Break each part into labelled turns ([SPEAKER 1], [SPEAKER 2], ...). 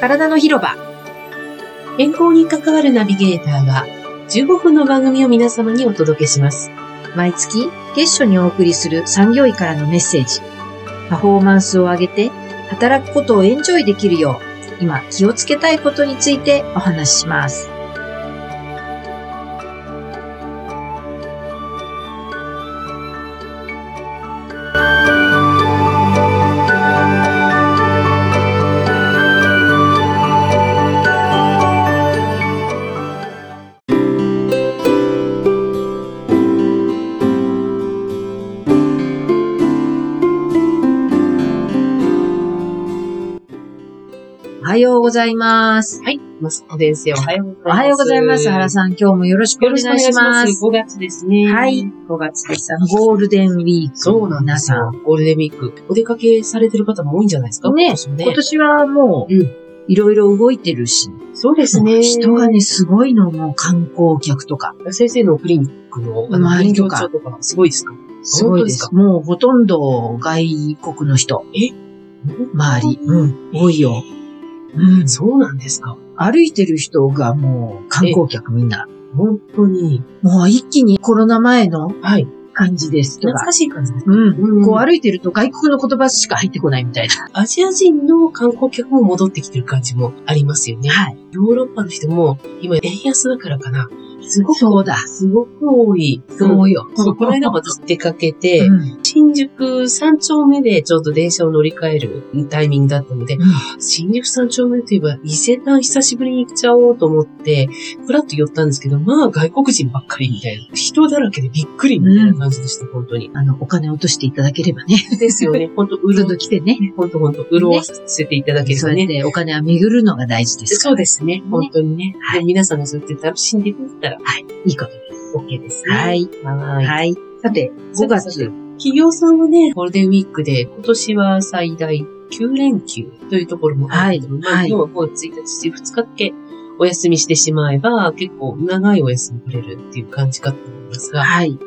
[SPEAKER 1] 体の広場
[SPEAKER 2] 健康に関わるナビゲーターが15分の番組を皆様にお届けします。
[SPEAKER 1] 毎月月初にお送りする産業医からのメッセージパフォーマンスを上げて働くことをエンジョイできるよう今気をつけたいことについてお話ししますおはようございます
[SPEAKER 2] はい。マスコですよ。おはようございます。
[SPEAKER 1] おはようございます原さん今日もよろしくお
[SPEAKER 2] よ
[SPEAKER 1] 願
[SPEAKER 2] ろ
[SPEAKER 1] い
[SPEAKER 2] し
[SPEAKER 1] し
[SPEAKER 2] くお願いし
[SPEAKER 1] ま
[SPEAKER 2] ますす。5月ですね。
[SPEAKER 1] はい。。5月です。あのゴールデンウィーク。
[SPEAKER 2] そうなんで
[SPEAKER 1] 皆
[SPEAKER 2] す
[SPEAKER 1] さん。
[SPEAKER 2] よ。ゴールデンウィーク。お出かけされてる方も多いんじゃないですか
[SPEAKER 1] ね
[SPEAKER 2] 今年もね
[SPEAKER 1] 今年はもう、
[SPEAKER 2] う
[SPEAKER 1] いろいろ動いてるし、
[SPEAKER 2] そうですね。
[SPEAKER 1] 人がね、すごいの、もう観光客とか、
[SPEAKER 2] 先生のクリニックの、あの、
[SPEAKER 1] 周りとか
[SPEAKER 2] 人形町とか、すごいですか
[SPEAKER 1] すごいで
[SPEAKER 2] 本
[SPEAKER 1] す。もうほとんど外国の人、周り、うん、多いよ。うん。
[SPEAKER 2] そうなんですか
[SPEAKER 1] 歩いてる人がもう観光客みんな。
[SPEAKER 2] 本当に。
[SPEAKER 1] もう一気にコロナ前の
[SPEAKER 2] はい。
[SPEAKER 1] 感じですと
[SPEAKER 2] 懐
[SPEAKER 1] か
[SPEAKER 2] か。しい感じです。
[SPEAKER 1] うん。
[SPEAKER 2] うん
[SPEAKER 1] こう歩いてると外国の言葉しか入ってこないみたいな。
[SPEAKER 2] アジア人の観光客も戻ってきてる感じもありますよね。
[SPEAKER 1] はい。
[SPEAKER 2] ヨーロッパの人も、今、円安だからかな。すごく、
[SPEAKER 1] そうだ。
[SPEAKER 2] すごく多い。
[SPEAKER 1] そうよ。
[SPEAKER 2] そうこの間も私出かけて、
[SPEAKER 1] うん
[SPEAKER 2] 新宿3丁目でちょうど電車を乗り換えるタイミングだったので、新宿三丁目といえば伊勢丹久しぶりに行っちゃおうと思って、ふらっと寄ったんですけど、まあ外国人ばっかりみたいな。人だらけでびっくりみたいな感じでした、本当に。
[SPEAKER 1] あの、お金落としていただければね。
[SPEAKER 2] ですよね。本当う
[SPEAKER 1] ちょ
[SPEAKER 2] ろ
[SPEAKER 1] っ、と来てね。
[SPEAKER 2] 本当本当うろうさせていただけれ
[SPEAKER 1] そ
[SPEAKER 2] ば
[SPEAKER 1] うや
[SPEAKER 2] ね
[SPEAKER 1] っ。てお金は巡るのが大事ですか
[SPEAKER 2] そうですね。本当にね。
[SPEAKER 1] はい
[SPEAKER 2] で皆さんがそうやって楽しんでくれたら、
[SPEAKER 1] ら。いいことで
[SPEAKER 2] OK です
[SPEAKER 1] す。
[SPEAKER 2] ね。
[SPEAKER 1] はい。
[SPEAKER 2] はい。
[SPEAKER 1] はい。さて、5月。
[SPEAKER 2] 企業さんはね、ゴールデンウィークで、今年は最大9連休というところもあるけど、
[SPEAKER 1] はい
[SPEAKER 2] まあ、
[SPEAKER 1] はい
[SPEAKER 2] 要は5月1日、2日だけお休みしてしまえば、結構長いお休み取れるっていう感じかと思いますが、
[SPEAKER 1] はい。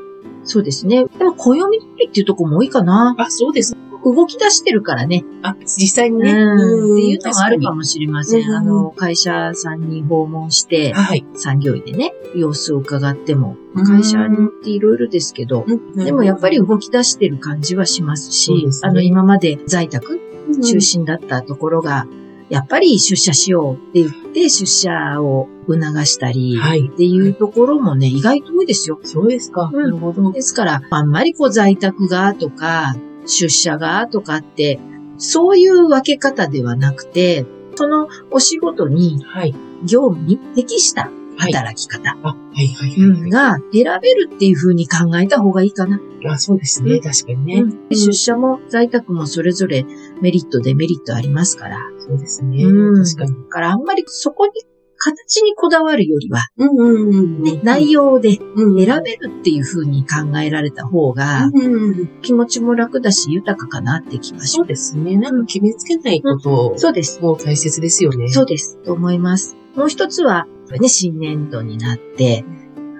[SPEAKER 1] そうですね。でも、暦通りっていうとこも多いかな。
[SPEAKER 2] あ、そうです。
[SPEAKER 1] 動き出してるからね。
[SPEAKER 2] あ、実際に
[SPEAKER 1] う
[SPEAKER 2] ね、
[SPEAKER 1] ん。
[SPEAKER 2] ん
[SPEAKER 1] っていうのはあるかもしれませ
[SPEAKER 2] うん
[SPEAKER 1] ん。あの、会社さんに訪問して
[SPEAKER 2] 確か、にはい。
[SPEAKER 1] 産業医でね、様子を伺っても、
[SPEAKER 2] うん
[SPEAKER 1] 会社に行っていろいろですけど、でもやっぱり動き出してる感じはします
[SPEAKER 2] そう
[SPEAKER 1] し
[SPEAKER 2] で、すね
[SPEAKER 1] あの、今まで在宅中心だったところが、やっぱり出社しようって言って、出社を促したり、
[SPEAKER 2] はい
[SPEAKER 1] っていうところもね、意外と多いですよ。
[SPEAKER 2] そうですか。
[SPEAKER 1] うん
[SPEAKER 2] なるほど。
[SPEAKER 1] ですから、あんまりこう在宅がとか、出社がとかって、そういう分け方ではなくて、そのお仕事に、
[SPEAKER 2] はい。
[SPEAKER 1] 業務に適した
[SPEAKER 2] はい。
[SPEAKER 1] 働き方
[SPEAKER 2] あ、はいはいはいはい。
[SPEAKER 1] が選べるっていうふうに考えた方がいいかな。
[SPEAKER 2] あ、そうですね。
[SPEAKER 1] うん
[SPEAKER 2] 確かにね。
[SPEAKER 1] うん出社も在宅もそれぞれメリット、デメリットありますから。
[SPEAKER 2] そうですね。
[SPEAKER 1] うん
[SPEAKER 2] 確かに。
[SPEAKER 1] だからあんまりそこに、形にこだわるよりは、
[SPEAKER 2] うんうんうん
[SPEAKER 1] ね、内容で
[SPEAKER 2] うん
[SPEAKER 1] 選べるっていう風に考えられた方が、
[SPEAKER 2] うんうんうん
[SPEAKER 1] 気持ちも楽だし、豊かかなって気がし
[SPEAKER 2] そう
[SPEAKER 1] ま
[SPEAKER 2] ですね。なんか決めつけないこと
[SPEAKER 1] す。そうです。
[SPEAKER 2] も大切ですよね。
[SPEAKER 1] そうです。と思います。もう一つは、ね、新年度になって、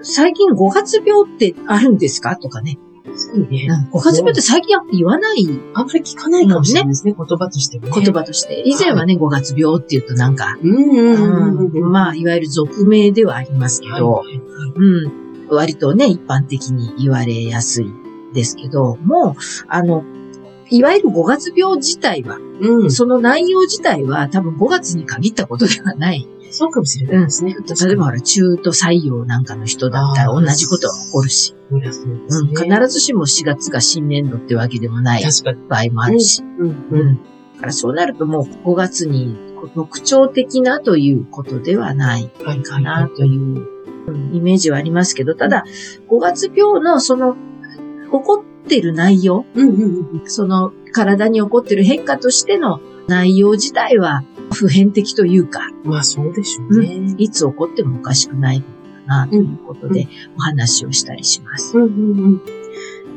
[SPEAKER 1] 最近5月病ってあるんですかとかね。
[SPEAKER 2] すごいね。
[SPEAKER 1] 5月病って最近言わない
[SPEAKER 2] あんまり聞かないかもしれないですね、言葉としてもね。
[SPEAKER 1] 言。葉として。以前はね、5月病って言うとなんか、
[SPEAKER 2] うんうんうんうん。
[SPEAKER 1] うんまあ、いわゆる俗名ではありますけ
[SPEAKER 2] はい
[SPEAKER 1] ど、
[SPEAKER 2] はい
[SPEAKER 1] うん。割とね、一般的に言われやすいですけど、もう、あの、いわゆる5月病自体は、
[SPEAKER 2] うん。そ
[SPEAKER 1] その内容自体は多分5月に限ったことではない。
[SPEAKER 2] そうかもしれないですね。
[SPEAKER 1] 例えば、ほら、中途採用なんかの人だったら同
[SPEAKER 2] あー
[SPEAKER 1] じことは起こるし、
[SPEAKER 2] 確かに、そうです
[SPEAKER 1] うん、
[SPEAKER 2] ね
[SPEAKER 1] 必ずしも4月が新年度ってわけでもない
[SPEAKER 2] 確かに。
[SPEAKER 1] 場合もあるし、
[SPEAKER 2] うん
[SPEAKER 1] う
[SPEAKER 2] うん
[SPEAKER 1] ん。だからそうなるともう5月に特徴的なということではない。
[SPEAKER 2] はい
[SPEAKER 1] かなといううんイメージはありますけど、ただ、5月病のその、起こってる内容、
[SPEAKER 2] うんうんうん。
[SPEAKER 1] その体に起こってる変化としての内容自体は普遍的というか、
[SPEAKER 2] まあ、そうでしょうね。
[SPEAKER 1] いつ起こってもおかしくないな、ということでお話をしたりします。
[SPEAKER 2] うんうんうん。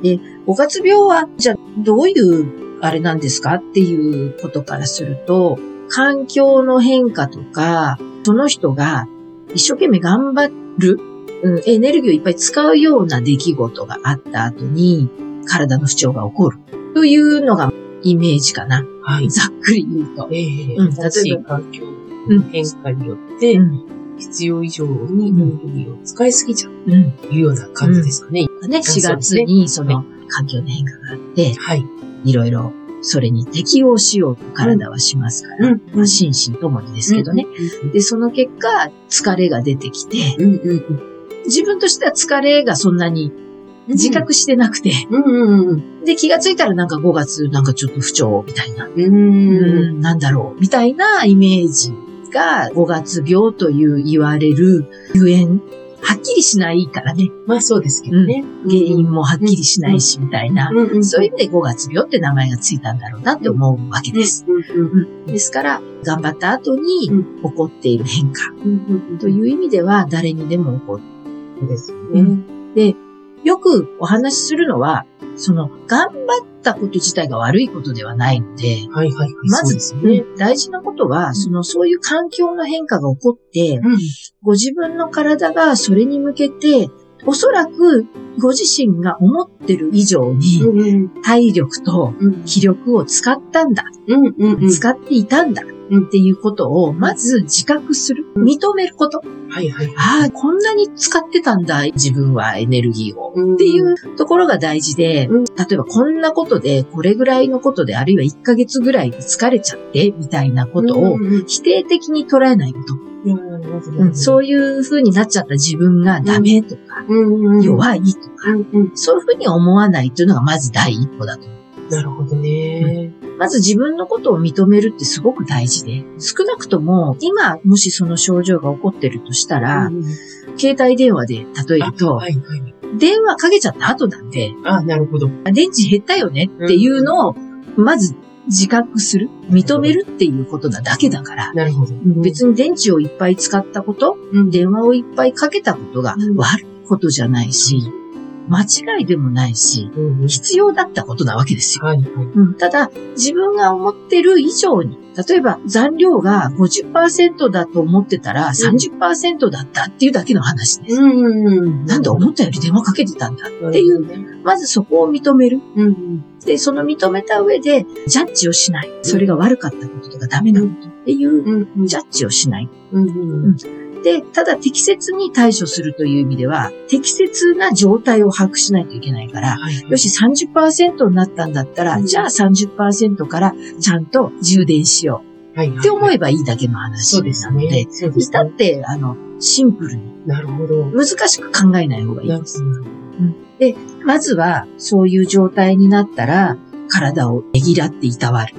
[SPEAKER 1] 5月病は、じゃあどういうあれなんですかっていうことからすると、環境の変化とか、その人が一生懸命頑張る、うん、エネルギーをいっぱい使うような出来事があった後に、体の不調が起こるというのがイメージかな。
[SPEAKER 2] はい。
[SPEAKER 1] ざっくり言うと。
[SPEAKER 2] ええ
[SPEAKER 1] うん
[SPEAKER 2] 正しい環境の変化によって、
[SPEAKER 1] うん。
[SPEAKER 2] 必要以上にエネルギーを使いすぎちゃう
[SPEAKER 1] うん。
[SPEAKER 2] というような感じですかね。
[SPEAKER 1] ね、4月にその環境の変化があって、
[SPEAKER 2] はい。
[SPEAKER 1] いろいろそれに適応しようと体はしますから、
[SPEAKER 2] うん
[SPEAKER 1] まあ、心身ともにですけどね。で、その結果、疲れが出てきて、
[SPEAKER 2] うんうんうん。
[SPEAKER 1] 自分としては疲れがそんなに自
[SPEAKER 2] 自覚。
[SPEAKER 1] 覚してなくて、
[SPEAKER 2] うんうんうん。
[SPEAKER 1] で、気がついたらなんか5月なんかちょっと不調みたいな、
[SPEAKER 2] うん。
[SPEAKER 1] うんなんだろう、みたいなイメージが5月病という言われるゆえん、はっきりしないからね、
[SPEAKER 2] まあそうですけどね。
[SPEAKER 1] 原因もはっきりしないし、みたいな。
[SPEAKER 2] うんうん。
[SPEAKER 1] そういう意味で5月病って名前がついたんだろうなって思うわけです。
[SPEAKER 2] うんうん
[SPEAKER 1] ですから、頑張った後に
[SPEAKER 2] う
[SPEAKER 1] 起こっている変化
[SPEAKER 2] うんうん。
[SPEAKER 1] という意味では誰にでも起こる。
[SPEAKER 2] うですよ
[SPEAKER 1] う
[SPEAKER 2] ね。
[SPEAKER 1] よくお話しするのは、その、頑張ったこと自体が悪いことではないので、
[SPEAKER 2] はいはいはい。
[SPEAKER 1] ま
[SPEAKER 2] そう
[SPEAKER 1] ず
[SPEAKER 2] ですよね。
[SPEAKER 1] 大事なことは、その、そういう環境の変化が起こって、
[SPEAKER 2] うん。
[SPEAKER 1] ご自分の体がそれに向けて、おそらくご自身が思ってる以上に
[SPEAKER 2] うんうん
[SPEAKER 1] 体力と
[SPEAKER 2] うん。
[SPEAKER 1] 気力を使ったんだ、
[SPEAKER 2] うんうんうん。
[SPEAKER 1] 使っていたんだっていうことを、まず自覚する、認めること。
[SPEAKER 2] はいはい。
[SPEAKER 1] ああ、こんなに使ってたんだ、自分はエネルギーを。
[SPEAKER 2] うん
[SPEAKER 1] ってい。うところが大事で、
[SPEAKER 2] うん
[SPEAKER 1] 例えばこんなことで、これぐらいのことで、あるいは1ヶ月ぐらいで疲れちゃって、みたいなことを
[SPEAKER 2] うんうん
[SPEAKER 1] 否定的に捉えないこと。
[SPEAKER 2] うん。なるほど
[SPEAKER 1] うんそういう風になっちゃった自分がダメとか、
[SPEAKER 2] うんうんうん。
[SPEAKER 1] 弱いとか、
[SPEAKER 2] うんうん。
[SPEAKER 1] そういう風に思わないというのがまず第一歩だと思
[SPEAKER 2] なるほどね。
[SPEAKER 1] う。まず自分のことを認めるってすごく大事で、少なくとも今もしその症状が起こってるとしたら、
[SPEAKER 2] うんうん
[SPEAKER 1] 携帯電話で例えると
[SPEAKER 2] は、いはい。
[SPEAKER 1] 電話かけちゃった後なんで、
[SPEAKER 2] あ、なるほど。
[SPEAKER 1] あ電池減ったよねっていうのを、まず自覚する、認めるっていうことなだけだから、
[SPEAKER 2] なるほど。
[SPEAKER 1] 別に電池をいっぱい使ったこと、
[SPEAKER 2] うん
[SPEAKER 1] 電話をいっぱいかけたことが
[SPEAKER 2] うん
[SPEAKER 1] 悪いことじゃないし、間違いでもないし、
[SPEAKER 2] うんうん
[SPEAKER 1] 必要だったことなわけですよ。
[SPEAKER 2] はいはい。
[SPEAKER 1] うんただ、自分が思ってる以上に、例えば残量が50%だと思ってたら30%だったっていうだけの話です。
[SPEAKER 2] うんうんうん。
[SPEAKER 1] なんで思ったより電話かけてたんだ。
[SPEAKER 2] って。
[SPEAKER 1] いうまずそこを認める。
[SPEAKER 2] うんうん。
[SPEAKER 1] で、その認めた上で、ジャッジをしない。それが悪かったこととかダメなことっていう、
[SPEAKER 2] うんうん。
[SPEAKER 1] ジャッジをしない。
[SPEAKER 2] うんうん
[SPEAKER 1] で、ただ適切に対処するという意味では、適切な状態を把握しないといけないから、
[SPEAKER 2] はいはい。
[SPEAKER 1] よし、30%になったんだったら、
[SPEAKER 2] うん
[SPEAKER 1] じゃあ30%からちゃんと充電しよ
[SPEAKER 2] はいは
[SPEAKER 1] う
[SPEAKER 2] い。
[SPEAKER 1] って思
[SPEAKER 2] い
[SPEAKER 1] えばいいだけの話
[SPEAKER 2] そうで
[SPEAKER 1] な
[SPEAKER 2] す
[SPEAKER 1] ので、
[SPEAKER 2] ね。そうです
[SPEAKER 1] 至
[SPEAKER 2] ね。
[SPEAKER 1] って、あの、シンプルに、
[SPEAKER 2] なるほど。
[SPEAKER 1] 難しく考えない方がいい
[SPEAKER 2] なる
[SPEAKER 1] で
[SPEAKER 2] ほ
[SPEAKER 1] す。まずは、そういう状態になったら、体をねぎらっていたわる。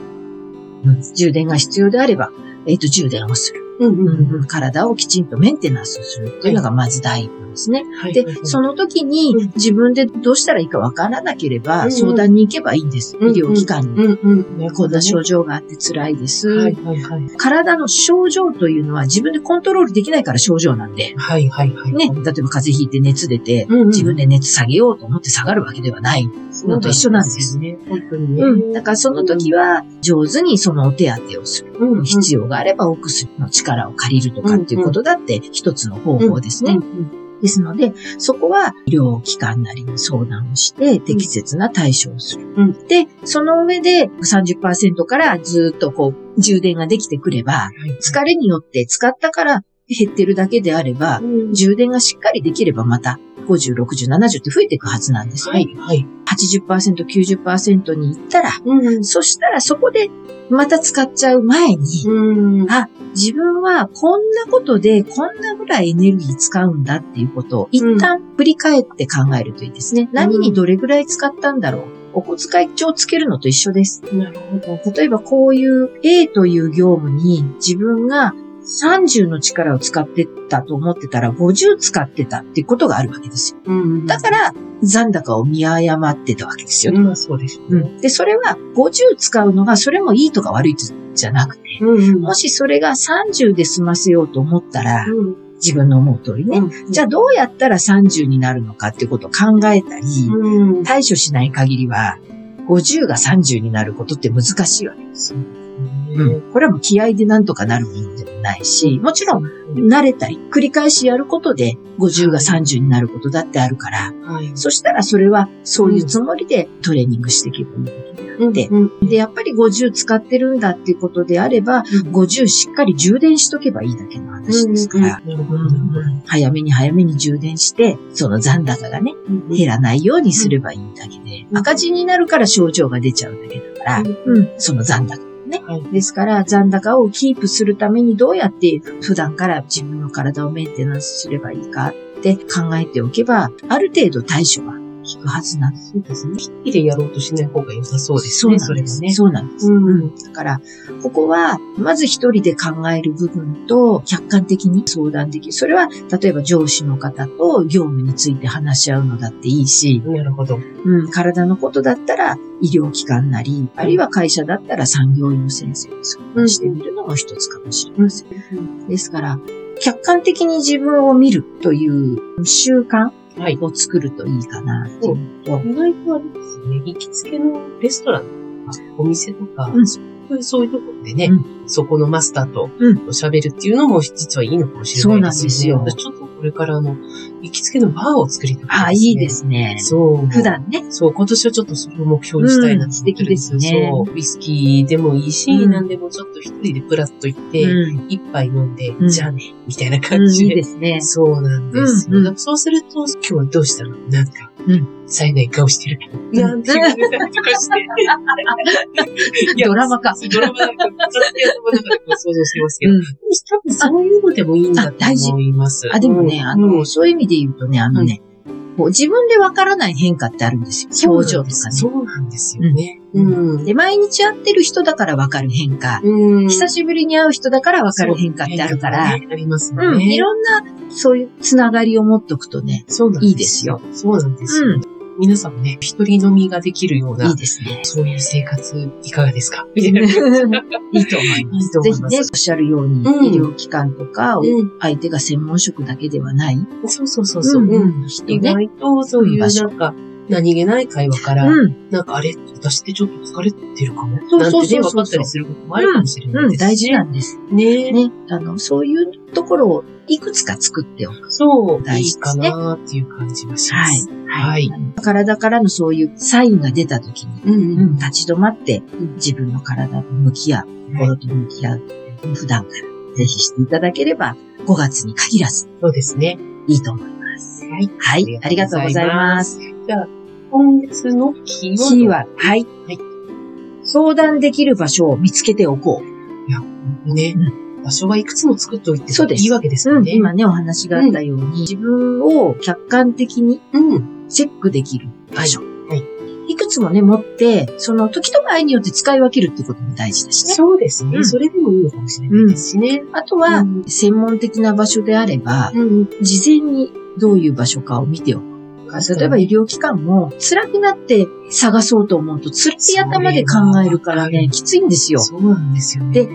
[SPEAKER 1] 充電が必要であれば、えっ、と、充電をする、
[SPEAKER 2] ど。うんうんうん。
[SPEAKER 1] 体をきちんとメンテナンスするというのがまず第一歩ですね。
[SPEAKER 2] はい
[SPEAKER 1] で
[SPEAKER 2] はいは、い
[SPEAKER 1] その時に
[SPEAKER 2] うん
[SPEAKER 1] 自分でどうしたらいいかわからなけれ
[SPEAKER 2] うんう
[SPEAKER 1] ば、
[SPEAKER 2] ん
[SPEAKER 1] 相談に行けばいいんです。医
[SPEAKER 2] うん
[SPEAKER 1] 療機関に。
[SPEAKER 2] うんうん。るほ
[SPEAKER 1] こんな
[SPEAKER 2] どね
[SPEAKER 1] 症状があって辛いです、
[SPEAKER 2] はいはいはい。
[SPEAKER 1] 体の症状というのは自分でコントロールできないから症状なんで。
[SPEAKER 2] はいはいはい。
[SPEAKER 1] ね、例えば風邪ひいて熱出て、
[SPEAKER 2] うんうん
[SPEAKER 1] 自分で熱下げようと思って下がるわけではない。
[SPEAKER 2] そうなん
[SPEAKER 1] のと一緒なんです
[SPEAKER 2] ね。本当にね。
[SPEAKER 1] うん。だからその時は、上手にそのお手当てをする。
[SPEAKER 2] うん、
[SPEAKER 1] 必要があればお薬の力を借りるとかっていうことだって一つの方法ですね
[SPEAKER 2] う。ん
[SPEAKER 1] ですので、そこは医療機関なりに相談をして、適切な対処をする。
[SPEAKER 2] うん
[SPEAKER 1] で、その上で30%からずっとこう、充電ができてくれば、疲れによって使ったから減ってるだけであれば
[SPEAKER 2] う、ん。
[SPEAKER 1] 充電がしっかりできればまた50、60、70って増えていくはずなんですね。
[SPEAKER 2] はいはい。
[SPEAKER 1] 80%、90%に行ったら、
[SPEAKER 2] うん。
[SPEAKER 1] そしたらそこでまた使っちゃう前に、
[SPEAKER 2] うん。
[SPEAKER 1] あ自分はこんなことでこんなぐらいエネルギー使うんだっていうことを一旦振り返って考えるといいですね。何にどれぐらい使ったんだろう。お小遣い帳つけるのと一緒です。
[SPEAKER 2] なるほど。
[SPEAKER 1] 例えばこういう A という業務に自分が30の力を使ってたと思ってたら50使ってたっていうことがあるわけですよ。
[SPEAKER 2] うん。
[SPEAKER 1] だから残高を見誤ってたわけですよね。
[SPEAKER 2] まあそうです
[SPEAKER 1] う
[SPEAKER 2] ね。
[SPEAKER 1] ん、で、それは50使うのがそれもいいとか悪いじゃなくて、
[SPEAKER 2] うん
[SPEAKER 1] もしそれが30で済ませようと思ったら、
[SPEAKER 2] うん。
[SPEAKER 1] 自分の思う通りね。じゃあどうやったら30になるのかっていうことを考えたり、
[SPEAKER 2] うん。
[SPEAKER 1] 対処しない限りは、50が30になることって難しいわけですよ。うん。これはもう気合でなんとかなるものでもないし、もちろん慣れたり、繰り返しやることで50が30になることだってあるから、
[SPEAKER 2] はい。
[SPEAKER 1] そしたらそれはそういうつもりでトレーニングしていけばいいことになって、
[SPEAKER 2] うん
[SPEAKER 1] で、やっぱり50使ってるんだっていうことであれば、50しっかり充電しとけばいいだけの話ですから、
[SPEAKER 2] うん。なるほどなるほど
[SPEAKER 1] 早めに早めに充電して、その残高がね、減らないようにすればいいだけで、
[SPEAKER 2] うん
[SPEAKER 1] 赤字になるから症状が出ちゃうだけだから、
[SPEAKER 2] うん
[SPEAKER 1] うんその残高。ね
[SPEAKER 2] はい
[SPEAKER 1] ですから、残高をキープするためにどうやって普段から自分の体をメンテナンスすればいいかって考えておけば、ある程度対処が効くはずなんです。
[SPEAKER 2] そうですね。一気でやろうとしない方が良さそうです
[SPEAKER 1] そう
[SPEAKER 2] ね、
[SPEAKER 1] な
[SPEAKER 2] そ
[SPEAKER 1] ん
[SPEAKER 2] れ
[SPEAKER 1] で
[SPEAKER 2] は
[SPEAKER 1] す。
[SPEAKER 2] ね。
[SPEAKER 1] そうなんです。
[SPEAKER 2] うん
[SPEAKER 1] うんだから、ここは、まず一人で考える部分と、客観的に相談できる。それは、例えば上司の方と業務について話し合うのだっていいし、
[SPEAKER 2] なるほど。
[SPEAKER 1] うん、体のことだったら医療機関なり、あるいは会社だったら産業医の先生に相談してみるのも一つかもしれません。ですから、客観的に自分を見るという習慣
[SPEAKER 2] はい。
[SPEAKER 1] を作るといいかなっていうのと、
[SPEAKER 2] 意外とあれですね、行きつけのレストランとか、お店とか、
[SPEAKER 1] うん
[SPEAKER 2] そういうそういうところでね、
[SPEAKER 1] う
[SPEAKER 2] そこのマスターと
[SPEAKER 1] うん
[SPEAKER 2] おしゃべるっていうのも実はいいのかもしれないですよね。
[SPEAKER 1] そうなんですよ
[SPEAKER 2] 私ちょっとこれからあの、行きつけのバーを作りたい
[SPEAKER 1] ああ、いいですね。
[SPEAKER 2] そう。
[SPEAKER 1] 普段ね、
[SPEAKER 2] そう、今年はちょっとそれを目標にしたいな
[SPEAKER 1] う
[SPEAKER 2] と思ってるんよ
[SPEAKER 1] ん素敵ですね
[SPEAKER 2] そう。ウイスキーでもいいし、
[SPEAKER 1] うん
[SPEAKER 2] 何でもちょっと一人でプラッと行って、
[SPEAKER 1] うん
[SPEAKER 2] 一杯飲んで、
[SPEAKER 1] うん
[SPEAKER 2] じゃあね、みたいな
[SPEAKER 1] う
[SPEAKER 2] 感
[SPEAKER 1] ん
[SPEAKER 2] じ
[SPEAKER 1] いい
[SPEAKER 2] で。
[SPEAKER 1] ですね。
[SPEAKER 2] そうなんですよ、
[SPEAKER 1] うんうん
[SPEAKER 2] そうすると、今日はどうしたのなんか、
[SPEAKER 1] う
[SPEAKER 2] 冴えない顔してる。なんて言うのとかして。いや
[SPEAKER 1] ドラマか。
[SPEAKER 2] ドラマなんか、ちょっとやっとなんか想像してますけど。
[SPEAKER 1] うん、
[SPEAKER 2] 多分そういうのでもいいんだと思います。
[SPEAKER 1] あ、でもね、
[SPEAKER 2] うん
[SPEAKER 1] あの、
[SPEAKER 2] うん
[SPEAKER 1] そういう意味で言うとね、あのね、こう自分でわからない変化ってあるんですよ。表情とかね。
[SPEAKER 2] そうなんですよね。
[SPEAKER 1] う
[SPEAKER 2] うん。
[SPEAKER 1] で、毎日会ってる人だからわかる変化。
[SPEAKER 2] うん
[SPEAKER 1] 久しぶりに会う人だからわかる変化ってあるから、
[SPEAKER 2] そう変化がねありますね。
[SPEAKER 1] うん、いろんな、そういうつながりを持っとくとね、
[SPEAKER 2] そうなん
[SPEAKER 1] いいですよ。
[SPEAKER 2] そうなんですよ。皆さんもね、一人飲みができるような、
[SPEAKER 1] いいですね。
[SPEAKER 2] そういう生活いかがですかみたいな。
[SPEAKER 1] いいと思いま
[SPEAKER 2] いい
[SPEAKER 1] す。
[SPEAKER 2] と思
[SPEAKER 1] ぜ
[SPEAKER 2] い
[SPEAKER 1] ひ
[SPEAKER 2] ます
[SPEAKER 1] ね、おっしゃるように、
[SPEAKER 2] うん
[SPEAKER 1] 医療機関とか、相手が専門職だけではない、
[SPEAKER 2] そうそうそうそう。
[SPEAKER 1] うん
[SPEAKER 2] うん
[SPEAKER 1] 人
[SPEAKER 2] 意
[SPEAKER 1] ね。
[SPEAKER 2] 外とそういう
[SPEAKER 1] 場所
[SPEAKER 2] なんか、何気ない会話から、
[SPEAKER 1] うん、
[SPEAKER 2] なんかあれ、私ってちょっと疲れてるかも。
[SPEAKER 1] そう
[SPEAKER 2] なん
[SPEAKER 1] そうそう
[SPEAKER 2] てね、
[SPEAKER 1] そう
[SPEAKER 2] 分かったりすることもあるかもしれな
[SPEAKER 1] う
[SPEAKER 2] い
[SPEAKER 1] ん、
[SPEAKER 2] ですし。
[SPEAKER 1] 大事なんです。
[SPEAKER 2] ね。
[SPEAKER 1] ね、あの、そういうところをいくつか作っておく。
[SPEAKER 2] そう、
[SPEAKER 1] 大
[SPEAKER 2] いい
[SPEAKER 1] 事で
[SPEAKER 2] か
[SPEAKER 1] すね
[SPEAKER 2] なっていう感じがします。はい。
[SPEAKER 1] 体からのそういうサインが出た時に、
[SPEAKER 2] うんう
[SPEAKER 1] うん
[SPEAKER 2] ん。
[SPEAKER 1] 立ち止まって、自分の体と向き合う、
[SPEAKER 2] はい
[SPEAKER 1] 心と向き合う、普段からぜひしていただければ、5月に限らず
[SPEAKER 2] そうですね。
[SPEAKER 1] いいと思います。
[SPEAKER 2] はい。
[SPEAKER 1] はい、ありがとうございます。
[SPEAKER 2] 今月のキーワード。
[SPEAKER 1] キーは、はい
[SPEAKER 2] はい。
[SPEAKER 1] 相談できる場所を見つけておこう。
[SPEAKER 2] ね、場所はいくつも作っておいて
[SPEAKER 1] そうです
[SPEAKER 2] いいわけですよね。
[SPEAKER 1] 今ね、お話があったように、自分を客観的に
[SPEAKER 2] うん。
[SPEAKER 1] チェックできる場所。
[SPEAKER 2] はい
[SPEAKER 1] くつもね、持って、その時と場合によって使い分けるってことも大事だしね。
[SPEAKER 2] そうですね、
[SPEAKER 1] うん
[SPEAKER 2] それでもいいのかもしれないですしね。
[SPEAKER 1] あとは、
[SPEAKER 2] うん
[SPEAKER 1] 専門的な場所であれば、
[SPEAKER 2] うん。
[SPEAKER 1] 事前にどういう場所かを見ておく。例えば医療機関も辛くなって探そうと思うと辛い頭で考えるから
[SPEAKER 2] それは
[SPEAKER 1] ね、きついんですよ。
[SPEAKER 2] そうなんですよね。
[SPEAKER 1] で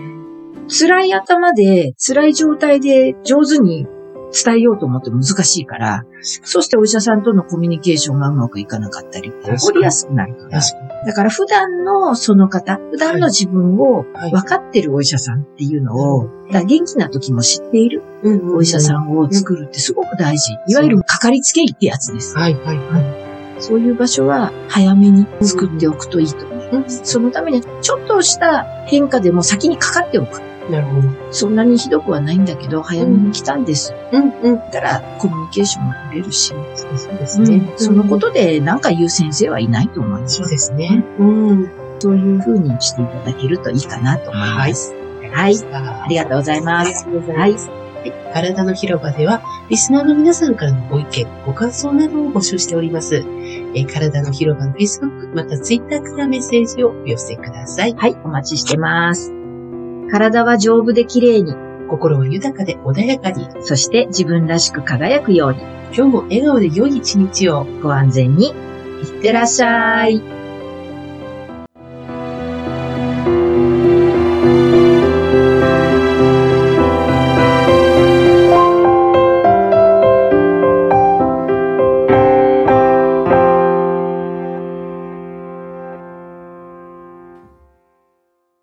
[SPEAKER 1] 辛い頭で、辛い状態で上手に伝えようと思っても難しいから、そしてお医者さんとのコミュニケーションがうまくいかなかったり、
[SPEAKER 2] かに
[SPEAKER 1] 起こりやすくなるから。
[SPEAKER 2] 確かに。
[SPEAKER 1] だから普段のその方、普段の自分を
[SPEAKER 2] はい
[SPEAKER 1] 分かってるお医者さんっていうのを、
[SPEAKER 2] い
[SPEAKER 1] だから元気な時も知っている
[SPEAKER 2] うんうん
[SPEAKER 1] お医者さんを作るってすごく大事。いわゆるかかりつけ医ってやつです。
[SPEAKER 2] はいはいは
[SPEAKER 1] そういう場所は早めに作っておくといいと思います。
[SPEAKER 2] い。
[SPEAKER 1] そのためにちょっとした変化でも先にかかっておく。
[SPEAKER 2] なるほど。
[SPEAKER 1] そんなにひどくはないんだけど、早めに来たんです。
[SPEAKER 2] うんうん。
[SPEAKER 1] だからコミュニケーションも取れるし、
[SPEAKER 2] そうですね。
[SPEAKER 1] そのことで何か言う先生はいないと思います。
[SPEAKER 2] そうですね。うん。
[SPEAKER 1] そういうふうにしていただけるといいかなと思います。はい。あ
[SPEAKER 2] あ
[SPEAKER 1] りがとうございま
[SPEAKER 2] あり
[SPEAKER 1] す。
[SPEAKER 2] がとうございます。
[SPEAKER 1] はい。
[SPEAKER 2] 体の広場では、リスナーの皆さんからのご意見、ご感想などを募集しております。えー体の広場の Facebook、また Twitter からメッセージをお寄せください。
[SPEAKER 1] はい。お待ちしてます。体は丈夫で綺麗に、
[SPEAKER 2] 心は豊かで穏やかに、
[SPEAKER 1] そして自分らしく輝くように、
[SPEAKER 2] 今日も笑顔で良い一日を。
[SPEAKER 1] ご安全に、いってらっしゃい。